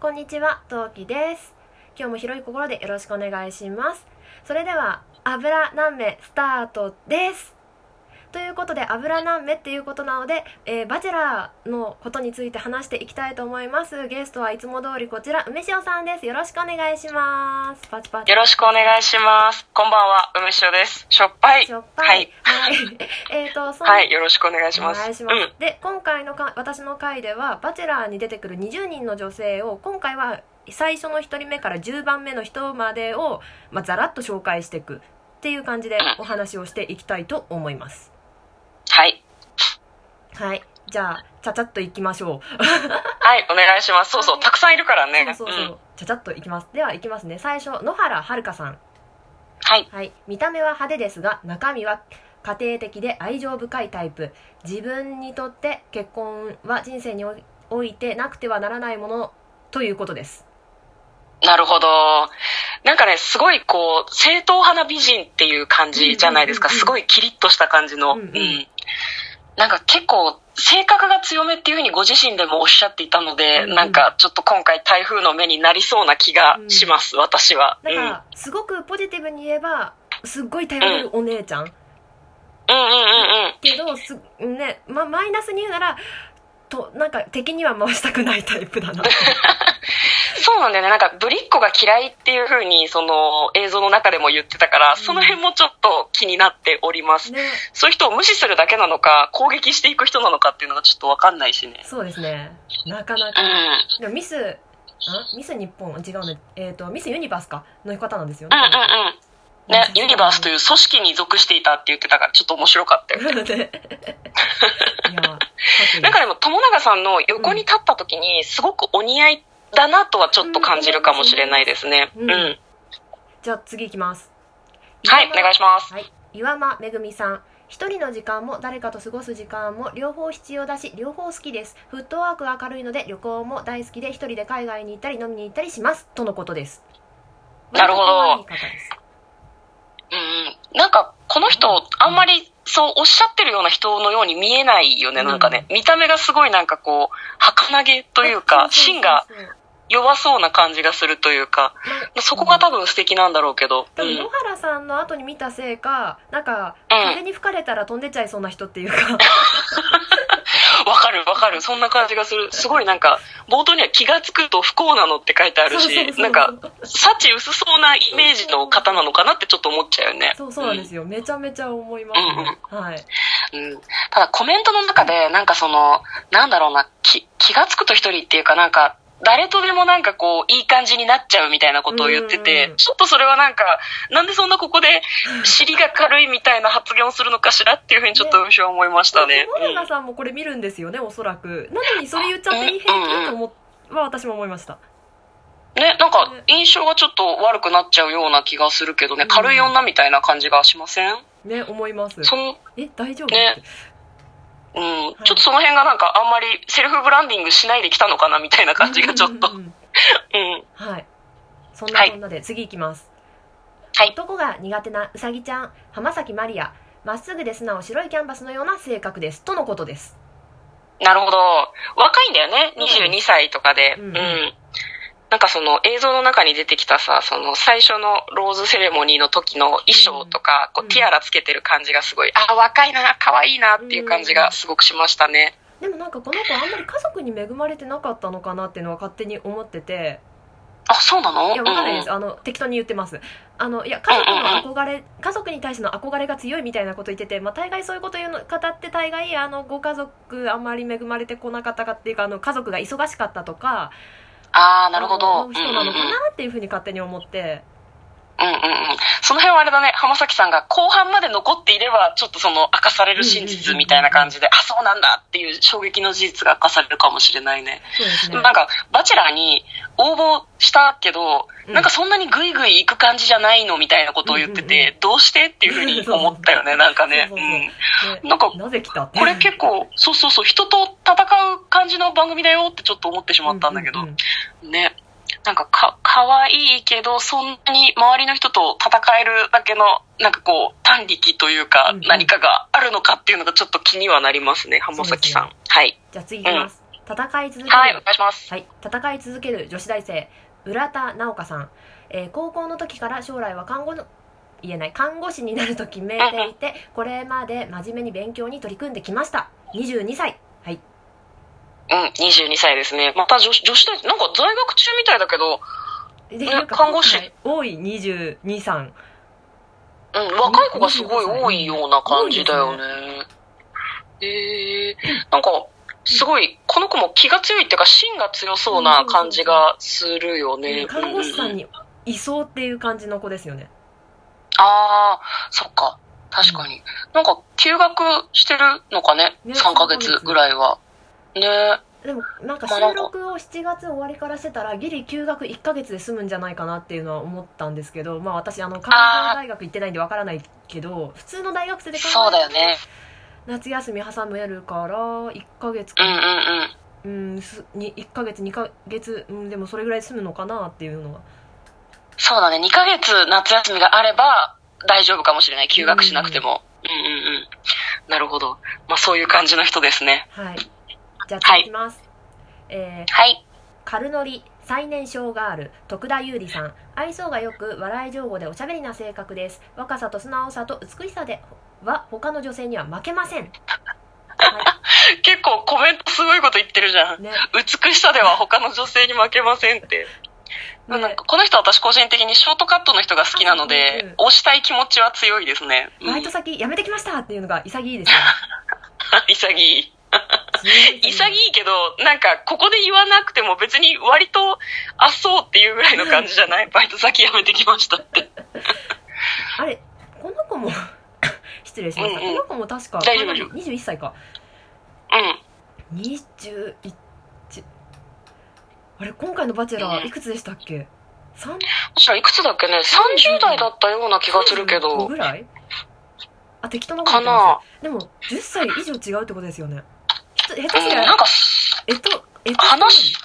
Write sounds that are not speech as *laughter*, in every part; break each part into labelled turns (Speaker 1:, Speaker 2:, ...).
Speaker 1: こんにちは、トウキです。今日も広い心でよろしくお願いします。それでは、油何めスタートです。ということで、油何めっていうことなので、えーバチェラーのことについて話していきたいと思います。ゲストはいつも通りこちら、梅塩さんです。よろしくお願いします。パチパチ。
Speaker 2: よろしくお願いします。こんばんは、梅塩です。しょっぱい。
Speaker 1: しょっぱい。
Speaker 2: は
Speaker 1: はい *laughs*
Speaker 2: い。。
Speaker 1: えっと、その
Speaker 2: はい、よろしくお願いし
Speaker 1: お
Speaker 2: ます。
Speaker 1: 願いします。
Speaker 2: うん。
Speaker 1: で、今回のか私の回では、バチェラーに出てくる20人の女性を、今回は最初の1人目から10番目の人までを、まあ、ざらっと紹介していくっていう感じでお話をしていきたいと思います。
Speaker 2: はい。
Speaker 1: はい。じゃあ、ちゃちゃっといきましょ
Speaker 2: はい、お願いします。そうそう、たくさんいるから
Speaker 1: う。
Speaker 2: ね。
Speaker 1: そうそうそうう。
Speaker 2: ん。
Speaker 1: ちゃちゃっといきます。では、いきますね。最初、野原遥さん。
Speaker 2: はい。
Speaker 1: はい、見た目は派手ですが中身は家庭的で愛情深いタイプ自分にとって結婚は人生においてなくてはならないものということです
Speaker 2: なるほど。なんかね、すごいこう、正統派な美人っていう感じじゃないですか。
Speaker 1: うんうんうんうん
Speaker 2: すごいキリッとした感じの。
Speaker 1: う
Speaker 2: うんん、
Speaker 1: うん
Speaker 2: なんか結構、性格が強めっていうふうにご自身でもおっしゃっていたので、
Speaker 1: うんうん
Speaker 2: なんかちょっと今回台風の目になりそうな気がします、私は。
Speaker 1: だから、すごくポジティブに言えばすっごい頼れるお姉ちゃん、
Speaker 2: うん、うんうんうんうん。
Speaker 1: けどす、ねま、マイナスに言うならとなんか敵には回したくないタイプだ
Speaker 2: *laughs*
Speaker 1: な
Speaker 2: そうなんだよね。なんか、ぶりっ子が嫌いっていう風に、その、映像の中でも言ってたから、その辺もちょっと気になっております。
Speaker 1: ね
Speaker 2: そういう人を無視するだけなのか、攻撃していく人なのかっていうのがちょっとわかんないしね。
Speaker 1: そうですねなかな
Speaker 2: う
Speaker 1: か、
Speaker 2: ん。
Speaker 1: でもミスんミス日本違うねえっ、とミスユニバースかの方なんですよ
Speaker 2: う
Speaker 1: ね
Speaker 2: んうんうん。ね、ユニバースという組織に属していたって言ってたから、ちょっと面白かったよ。
Speaker 1: なのでいやかっこいい
Speaker 2: なんかでも、友永さんの横に立った時に、すごくお似合いだなとはちょっと感じるかもしれないですね。
Speaker 1: う
Speaker 2: うんん。
Speaker 1: じゃあ次いきます
Speaker 2: はい、お願い
Speaker 1: し
Speaker 2: します。
Speaker 1: はい、岩間めぐみさん一人の時間も誰かと過ごす時間も両方必要だし両方好きですフットワークが軽いので旅行も大好きで一人で海外に行ったり飲みに行ったりしますとのことです
Speaker 2: なるほど
Speaker 1: 割と可愛い方です
Speaker 2: うんなんか、この人、あんまり、そう、おっしゃってるような人のように見えないよね、なんかね。見た目がすごいなんかこう、儚げという
Speaker 1: そ
Speaker 2: か、
Speaker 1: うそうそうそう
Speaker 2: 芯が弱そうな感じがするというか、そこが多分素敵なんだろうけど。う
Speaker 1: 多分野
Speaker 2: ん。
Speaker 1: 原さんの後に見たせいかなんか
Speaker 2: うん
Speaker 1: 風に吹かれたら飛んでっちゃいそうな人っていうか
Speaker 2: わかるわかる。そんな感じがする。すごいなんか、冒頭には気がつくと不幸なのって書いてあ
Speaker 1: *laughs* そ
Speaker 2: る
Speaker 1: うそう
Speaker 2: し
Speaker 1: そ、う
Speaker 2: なんか、幸薄そうなイメージの方なのかなってちょっと思っちゃうよね。
Speaker 1: そうそうなんですよ、めちゃめちゃ思います、はい
Speaker 2: うんただコメントの中で、なんかその、なんだろうな、気、気がつくと一人っていうかなんか、誰とでもなんかこう、いい感じになっちゃうみたいなことを言って
Speaker 1: うんう
Speaker 2: て
Speaker 1: ん、
Speaker 2: ちょっとそれはなんか、なんでそんなここで、尻が軽いみたいな発言をするのかしらっていうふうにちょっと私は思いましたね。
Speaker 1: 友永さんもこれ見るんですよね、おそらく。なのにそれ言っちゃっていい平気と思は私も思いました。
Speaker 2: うんね、なんか、印象がちょっと悪くなっちゃうような気がするけどね、軽い女みたいな感じがしません
Speaker 1: ね、思います。
Speaker 2: そん
Speaker 1: え、大丈夫、
Speaker 2: ね
Speaker 1: って
Speaker 2: うん、ちょっとその辺がなんかあんまりセルフブランディングしないできたのかなみたいな感じがちょっと。
Speaker 1: うんうんうん
Speaker 2: うん。
Speaker 1: はい。そんなこんなで、次いきます。
Speaker 2: はい
Speaker 1: 男が苦手なうさぎちゃん、浜崎まりや。まっすぐで素直白いキャンバスのような性格です。とのことです。
Speaker 2: なるほど。若いんだよね。
Speaker 1: そうなんで
Speaker 2: 22歳とかで。
Speaker 1: う
Speaker 2: うんん。なんかその映像の中に出てきたさ、その最初のローズセレモニーの時の衣装とか、
Speaker 1: うん
Speaker 2: こうティアラつけてる感じがすごい、あ、若いな、可愛いなっていう感じがすごくしましたね。
Speaker 1: でもなんかこの子あんまり家族に恵まれてなかったのかなっていうのは勝手に思ってて。
Speaker 2: あ、そうなの
Speaker 1: いや、わかんないです。
Speaker 2: うん
Speaker 1: あの、適当に言ってます。あの、いや、家族の憧れ、家族に対しての憧れが強いみたいなこと言ってて、まあ、大概そういうこと言うの、語って大概、あの、ご家族あんまり恵まれてこなかったかっていうか、あの、家族が忙しかったとか、
Speaker 2: あー、なるほ
Speaker 1: あ
Speaker 2: ど。う
Speaker 1: の
Speaker 2: んうんう
Speaker 1: 人
Speaker 2: ん。うんう
Speaker 1: な
Speaker 2: んう
Speaker 1: の
Speaker 2: ん
Speaker 1: かなっていうふうに勝手に思って、
Speaker 2: その辺はあれだね、浜崎さんが後半まで残っていれば、ちょっとその明かされる真実みたいな感じで、あ、そうなんだっていう衝撃の事実が明かされるかもしれないね。
Speaker 1: そうですね。
Speaker 2: なんか、バチェラーに応募したけど、
Speaker 1: うん
Speaker 2: なんかそんなにグイグイ行く感じじゃないのみたいなことを言ってて、
Speaker 1: うんうん
Speaker 2: どうしてっていうふうに思ったよね、なんかね。
Speaker 1: そうそうそう
Speaker 2: うん
Speaker 1: ね
Speaker 2: なんか
Speaker 1: なぜ来たって。
Speaker 2: これ結構、そうそうそう、人と戦う感じの番組だよってちょっと思ってしまったんだけど、
Speaker 1: うううん
Speaker 2: ね。なんかか、かわいいけど、そんなに周りの人と戦えるだけの、なんかこう、短力というか
Speaker 1: うんうん、
Speaker 2: 何かがあるのかっていうのがちょっと気にはなりますね、浜崎さん。
Speaker 1: そう
Speaker 2: はい。
Speaker 1: じゃあ次いきます。戦い続ける、
Speaker 2: はい、お願いします。
Speaker 1: はい、戦い続ける女子大生浦田直香さん、えー高校の時から将来は看護の言えない看護師になると決めてい
Speaker 2: *laughs*
Speaker 1: てこれまで真面目に勉強に取り組んできました22歳はい
Speaker 2: うん、22歳ですね。また女子、女子大、なんか在学中みたいだけど、
Speaker 1: で
Speaker 2: え
Speaker 1: なんか
Speaker 2: 看護師
Speaker 1: 多い22さん
Speaker 2: うん、若い子がすごい多いような感じだよね。ええなんか、すごい、この子も気が強いっていうか、芯が強そうな感じがするよね。
Speaker 1: 看護師さ
Speaker 2: うんんうん
Speaker 1: にいそうっていう感じの子ですよね
Speaker 2: ああ、そっか。確かに。なんか、休学してるのかね。
Speaker 1: ね
Speaker 2: 3ヶ月ぐらいは。ね
Speaker 1: でもなんか収録を7月終わりからしてたらギリ休学1ヶ月で済むんじゃないかなっていうのは思ったんですけどまあ私あの関西大学行ってないんでわからないけど普通の大学生で考えたら
Speaker 2: そうだよね。
Speaker 1: 夏休み挟めるから1ヶ月
Speaker 2: うんうんう
Speaker 1: か、う
Speaker 2: ん。
Speaker 1: んすに1ヶ月2ヶ月、うん、でもそれぐらい済むのかなっていうのは
Speaker 2: そうだね。2ヶ月夏休みがあれば大丈夫かもしれない。休学しなくても。うんうんうん。なるほど。まあそういう感じの人ですね。
Speaker 1: はいじゃあ
Speaker 2: はい
Speaker 1: 続きます、えー
Speaker 2: はい。
Speaker 1: カルノリ最年少ガール徳田優里さん愛想がよく笑い上手でおしゃべりな性格です若さと素直さと美しさでは他の女性には負けません、は
Speaker 2: 結構コメントすごいこと言ってるじゃ
Speaker 1: い
Speaker 2: ん。
Speaker 1: ね
Speaker 2: *laughs* 美しさでは他の女性に負けませんって。まあなん
Speaker 1: ね
Speaker 2: かこの人私個人的にショートカットの人が好きなの
Speaker 1: うんうん
Speaker 2: で、推したい気持ちは強いですね。うん
Speaker 1: バイト先辞めてきましたっていうのが潔いですね
Speaker 2: *laughs* 潔
Speaker 1: 強
Speaker 2: い。
Speaker 1: いですね
Speaker 2: *laughs* 潔いけど、なんか、ここで言わなくても別に割と、あ、そうっていうぐらいの感じじゃないバイト先辞めてきましたって。
Speaker 1: あれこの子も *laughs* 失礼しました、
Speaker 2: うんうん
Speaker 1: この子も確か
Speaker 2: 大丈夫大丈夫
Speaker 1: 21歳か
Speaker 2: うん。
Speaker 1: 21あれ今回の「バチェラー」
Speaker 2: ね
Speaker 1: いくつでしたっけ三
Speaker 2: 確かいくつだっけね30代だったような気がするけ
Speaker 1: 35
Speaker 2: ど
Speaker 1: ぐらいあ適当なこと
Speaker 2: か
Speaker 1: 言ってま
Speaker 2: な
Speaker 1: すでも10歳以上違うってことですよねひと下手
Speaker 2: う
Speaker 1: し
Speaker 2: ん
Speaker 1: た
Speaker 2: な
Speaker 1: ら
Speaker 2: んか
Speaker 1: えとえと
Speaker 2: 話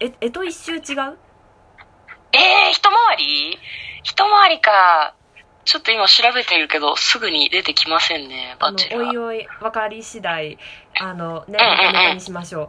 Speaker 1: ええと一周違う
Speaker 2: ええー、一回り一回りかちょっと今調べてるけどすぐに出てきませんね
Speaker 1: あ
Speaker 2: バ
Speaker 1: の
Speaker 2: チェ
Speaker 1: お
Speaker 2: ラ
Speaker 1: い
Speaker 2: ー
Speaker 1: おい分かり次第あのね
Speaker 2: うんうんうん
Speaker 1: ネタにしましょう、
Speaker 2: あ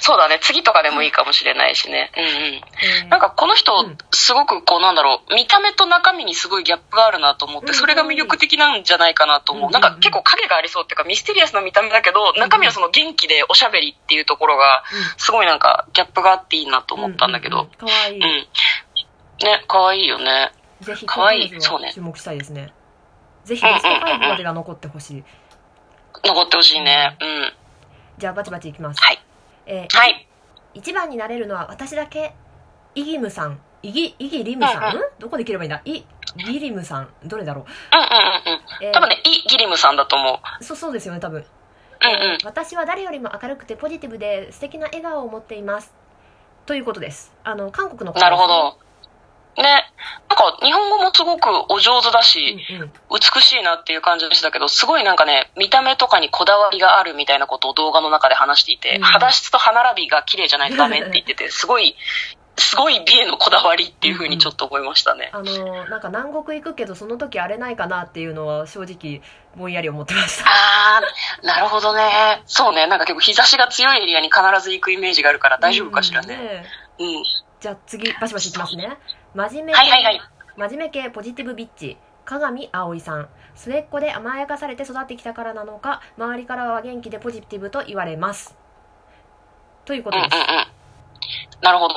Speaker 2: そうだね次とかでもいいかもしれないしねうん
Speaker 1: え
Speaker 2: うん
Speaker 1: ー
Speaker 2: なんかこの人
Speaker 1: うん
Speaker 2: すごくこうなんだろう見た目と中身にすごいギャップがあるなと思っ
Speaker 1: うん
Speaker 2: てそれが魅力的なんじゃないかなと思
Speaker 1: う
Speaker 2: うんなんか結構影がありそうっていうかミステリアスな見た目だけど
Speaker 1: ん
Speaker 2: 中身はその元気でおしゃべりっていうところがすごいなんかギャップがあっていいなと思ったんだけど
Speaker 1: かわいい、
Speaker 2: うん。ね、可愛いよね。
Speaker 1: ぜひ
Speaker 2: かわいい
Speaker 1: 彼女
Speaker 2: そう
Speaker 1: は
Speaker 2: ね
Speaker 1: 注目したいですねぜひベスト5までが残ってほしい
Speaker 2: 残ってほしいね。うん。
Speaker 1: じゃあバチバチいきます
Speaker 2: はい、
Speaker 1: えー
Speaker 2: はい。
Speaker 1: 一番になれるのは私だけイギムさんイギイギリムさん、
Speaker 2: うん
Speaker 1: んどこで切ればいいんだイギリムさんどれだろう、
Speaker 2: うんうんうんうん。
Speaker 1: えー
Speaker 2: 多分ね、イ・ギリムさんだと思う。
Speaker 1: そうそうですよね多分
Speaker 2: うんうん。
Speaker 1: 私は誰よりも明るくてポジティブで素敵な笑顔を持っていますということですあの韓国の方
Speaker 2: なるほど。ね。なんか、日本語もすごくお上手だし、
Speaker 1: うんうん
Speaker 2: 美しいなっていう感じでしたけど、すごいなんかね、見た目とかにこだわりがあるみたいなことを動画の中で話してい
Speaker 1: う
Speaker 2: て、
Speaker 1: ん
Speaker 2: 肌質と歯並びが綺麗じゃないとダメって言って *laughs* て、すごい、すごい美へのこだわりっていうふうにちょっと思いましたね。
Speaker 1: あのなんか南国行くけどその時荒れないかなっていうのは正直ぼんやり思ってました
Speaker 2: あー、なるほどね。そうね。なんか結構日差しが強いエリアに必ず行くイメージがあるから大丈夫かしら
Speaker 1: うん
Speaker 2: ね。
Speaker 1: ね
Speaker 2: うん。
Speaker 1: じゃあ次バシバシいきますね真面目
Speaker 2: はいはいはい。
Speaker 1: 真面目系ポジティブビッチ鏡葵さん末っ子で甘やかされて育ってきたからなのか周りからは元気でポジティブと言われますというこ
Speaker 2: うん
Speaker 1: と
Speaker 2: うんう
Speaker 1: で
Speaker 2: ん
Speaker 1: す、。
Speaker 2: なるほど。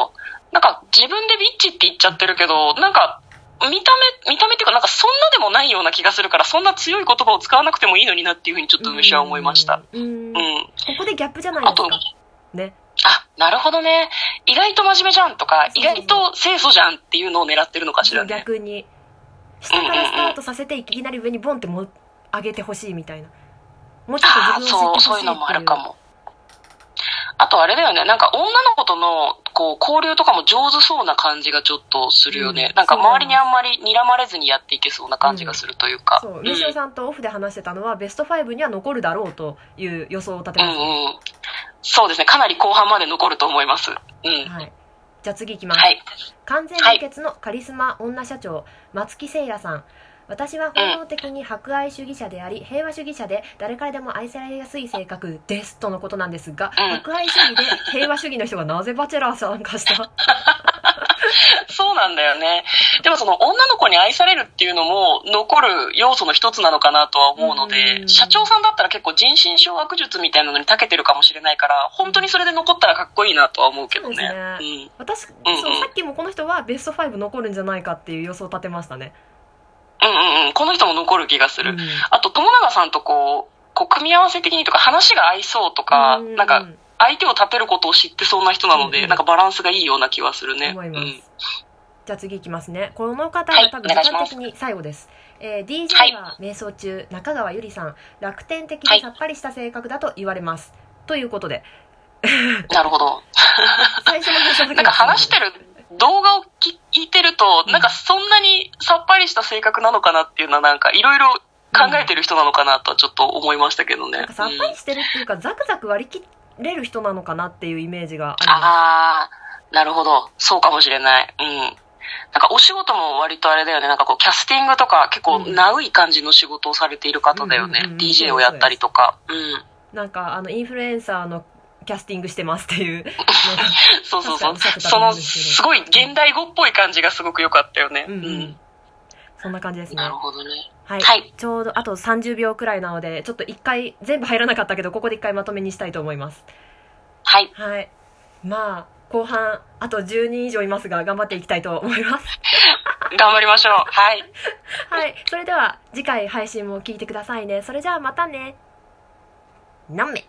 Speaker 2: なんか自分でビッチって言っちゃってるけど、なんか見た目、見た目っていうかなんかそんなでもないような気がするから、そんな強い言葉を使わなくてもいいのになっていうふうにちょっと私は思いました。
Speaker 1: うんうん
Speaker 2: う
Speaker 1: こ
Speaker 2: ん。
Speaker 1: こでギャップじゃないです
Speaker 2: あ
Speaker 1: か
Speaker 2: と、
Speaker 1: ね
Speaker 2: あ、なるほどね。意外と真面目じゃんとか、
Speaker 1: そう
Speaker 2: 意
Speaker 1: そうそう
Speaker 2: 外と清楚じゃんっていうのを狙ってるのかしらね。
Speaker 1: 逆に下からスタートさせていきなり上にボンっても上げてほしいみたいなもうちょ
Speaker 2: あ
Speaker 1: っと
Speaker 2: あ
Speaker 1: 自分
Speaker 2: そ
Speaker 1: を知っ
Speaker 2: う
Speaker 1: て
Speaker 2: そ
Speaker 1: ほ
Speaker 2: う
Speaker 1: しい
Speaker 2: い
Speaker 1: うってい
Speaker 2: の
Speaker 1: う
Speaker 2: もあるかもあとあれだよねなんか女の子とのこう交流とかも上手そうな感じがちょっとするよね、
Speaker 1: うん
Speaker 2: なんか
Speaker 1: そうなん
Speaker 2: 周りにあんまり睨まれずにやっていけそうな感じがするというか、
Speaker 1: そう
Speaker 2: うん、
Speaker 1: 吉野さんとオフで話してたのはベスト5には残るだろうという予想を立てます、
Speaker 2: うんうんそうですねかなり後半まで残ると思いますうん
Speaker 1: *laughs* はい、じゃあ次いきます
Speaker 2: はい
Speaker 1: 完全無欠のカリスマ女社長、松木聖也さん私は本能的に博愛主義者であり平和主義者で誰からでも愛されやすい性格 *laughs* ですとのことなんですが
Speaker 2: うん
Speaker 1: 博愛主義で *laughs* 平和主義の人がなぜバチェラー参加した *laughs*
Speaker 2: そうなんだよね。でもその女の子に愛されるっていうのも残る要素の一つなのかなとは思うの
Speaker 1: う
Speaker 2: で、
Speaker 1: ん
Speaker 2: 社長さんだったら結構人心掌握術みたいなのに長けてるかもしれないから、本当にそれで残ったらかっこいいなとは思うけど
Speaker 1: そ
Speaker 2: ね。
Speaker 1: うです
Speaker 2: うん。
Speaker 1: 私そう
Speaker 2: うん
Speaker 1: さっきもこの人はベスト5残るんじゃないかっていう予想を立てましたね、
Speaker 2: うんうんうん。この人も残る気がす
Speaker 1: う
Speaker 2: る。
Speaker 1: ん
Speaker 2: あと、友永さんとこう、こう組み合わせ的にとか話が合いそうとか、
Speaker 1: う
Speaker 2: なんか相手を立てることを知ってそうな人なの
Speaker 1: うんう
Speaker 2: で、
Speaker 1: ん
Speaker 2: なんかバランスがいいような気はするね。
Speaker 1: 思います、
Speaker 2: うん
Speaker 1: じゃあ次いきますねこの方
Speaker 2: は
Speaker 1: はい多分時間的
Speaker 2: お
Speaker 1: に最後です、えー、
Speaker 2: は
Speaker 1: DJ
Speaker 2: い
Speaker 1: は瞑想中中川ゆりさん楽天的
Speaker 2: は
Speaker 1: で
Speaker 2: い
Speaker 1: さっぱりした性格だと言われます、ということで
Speaker 2: なるほど。
Speaker 1: 最初の瞑想時
Speaker 2: なんか話してる動画を聞いてると、
Speaker 1: うん
Speaker 2: なんかそんなにさっぱりした性格なのかなっていうのは、なんかいろいろ考えてる人なのかなとはちょっと思いましたけどね。
Speaker 1: なんかさっぱりしてるっていうか、ザクザク割り切れる人なのかなっていうイメージがあります
Speaker 2: ああ、なるほど。そうかもしれない。うん。なんかお仕事も割とあれだよね。なんかこうキャスティングとか結構
Speaker 1: うん
Speaker 2: ナウい感じの仕事をされている方だよね。
Speaker 1: うんうんうん
Speaker 2: DJ をやったりとか。うん。
Speaker 1: なんかあのインフルエンサーのキャスティングしてますって
Speaker 2: *laughs*
Speaker 1: いう
Speaker 2: そうそう
Speaker 1: 確か
Speaker 2: そ
Speaker 1: におっ
Speaker 2: う
Speaker 1: しゃって。たと
Speaker 2: そ
Speaker 1: 思うん
Speaker 2: の
Speaker 1: ですけど
Speaker 2: すごい現代語っぽい感じがすごく良かったよね。
Speaker 1: う、
Speaker 2: うん
Speaker 1: うん
Speaker 2: ん。、
Speaker 1: そんな感じですね
Speaker 2: なるほどね。
Speaker 1: はい、
Speaker 2: はい
Speaker 1: ちょうどあと30秒くらいなのでちょっと一回全部入らなかったけどここで一回まとめにしたいと思います
Speaker 2: はい。
Speaker 1: はいまあ後半あと10人以上いますが頑張っていきたいと思います *laughs*
Speaker 2: 頑張りましょう。はい。
Speaker 1: はいそれでは次回配信も聞いてくださいねそれじゃあまたね何名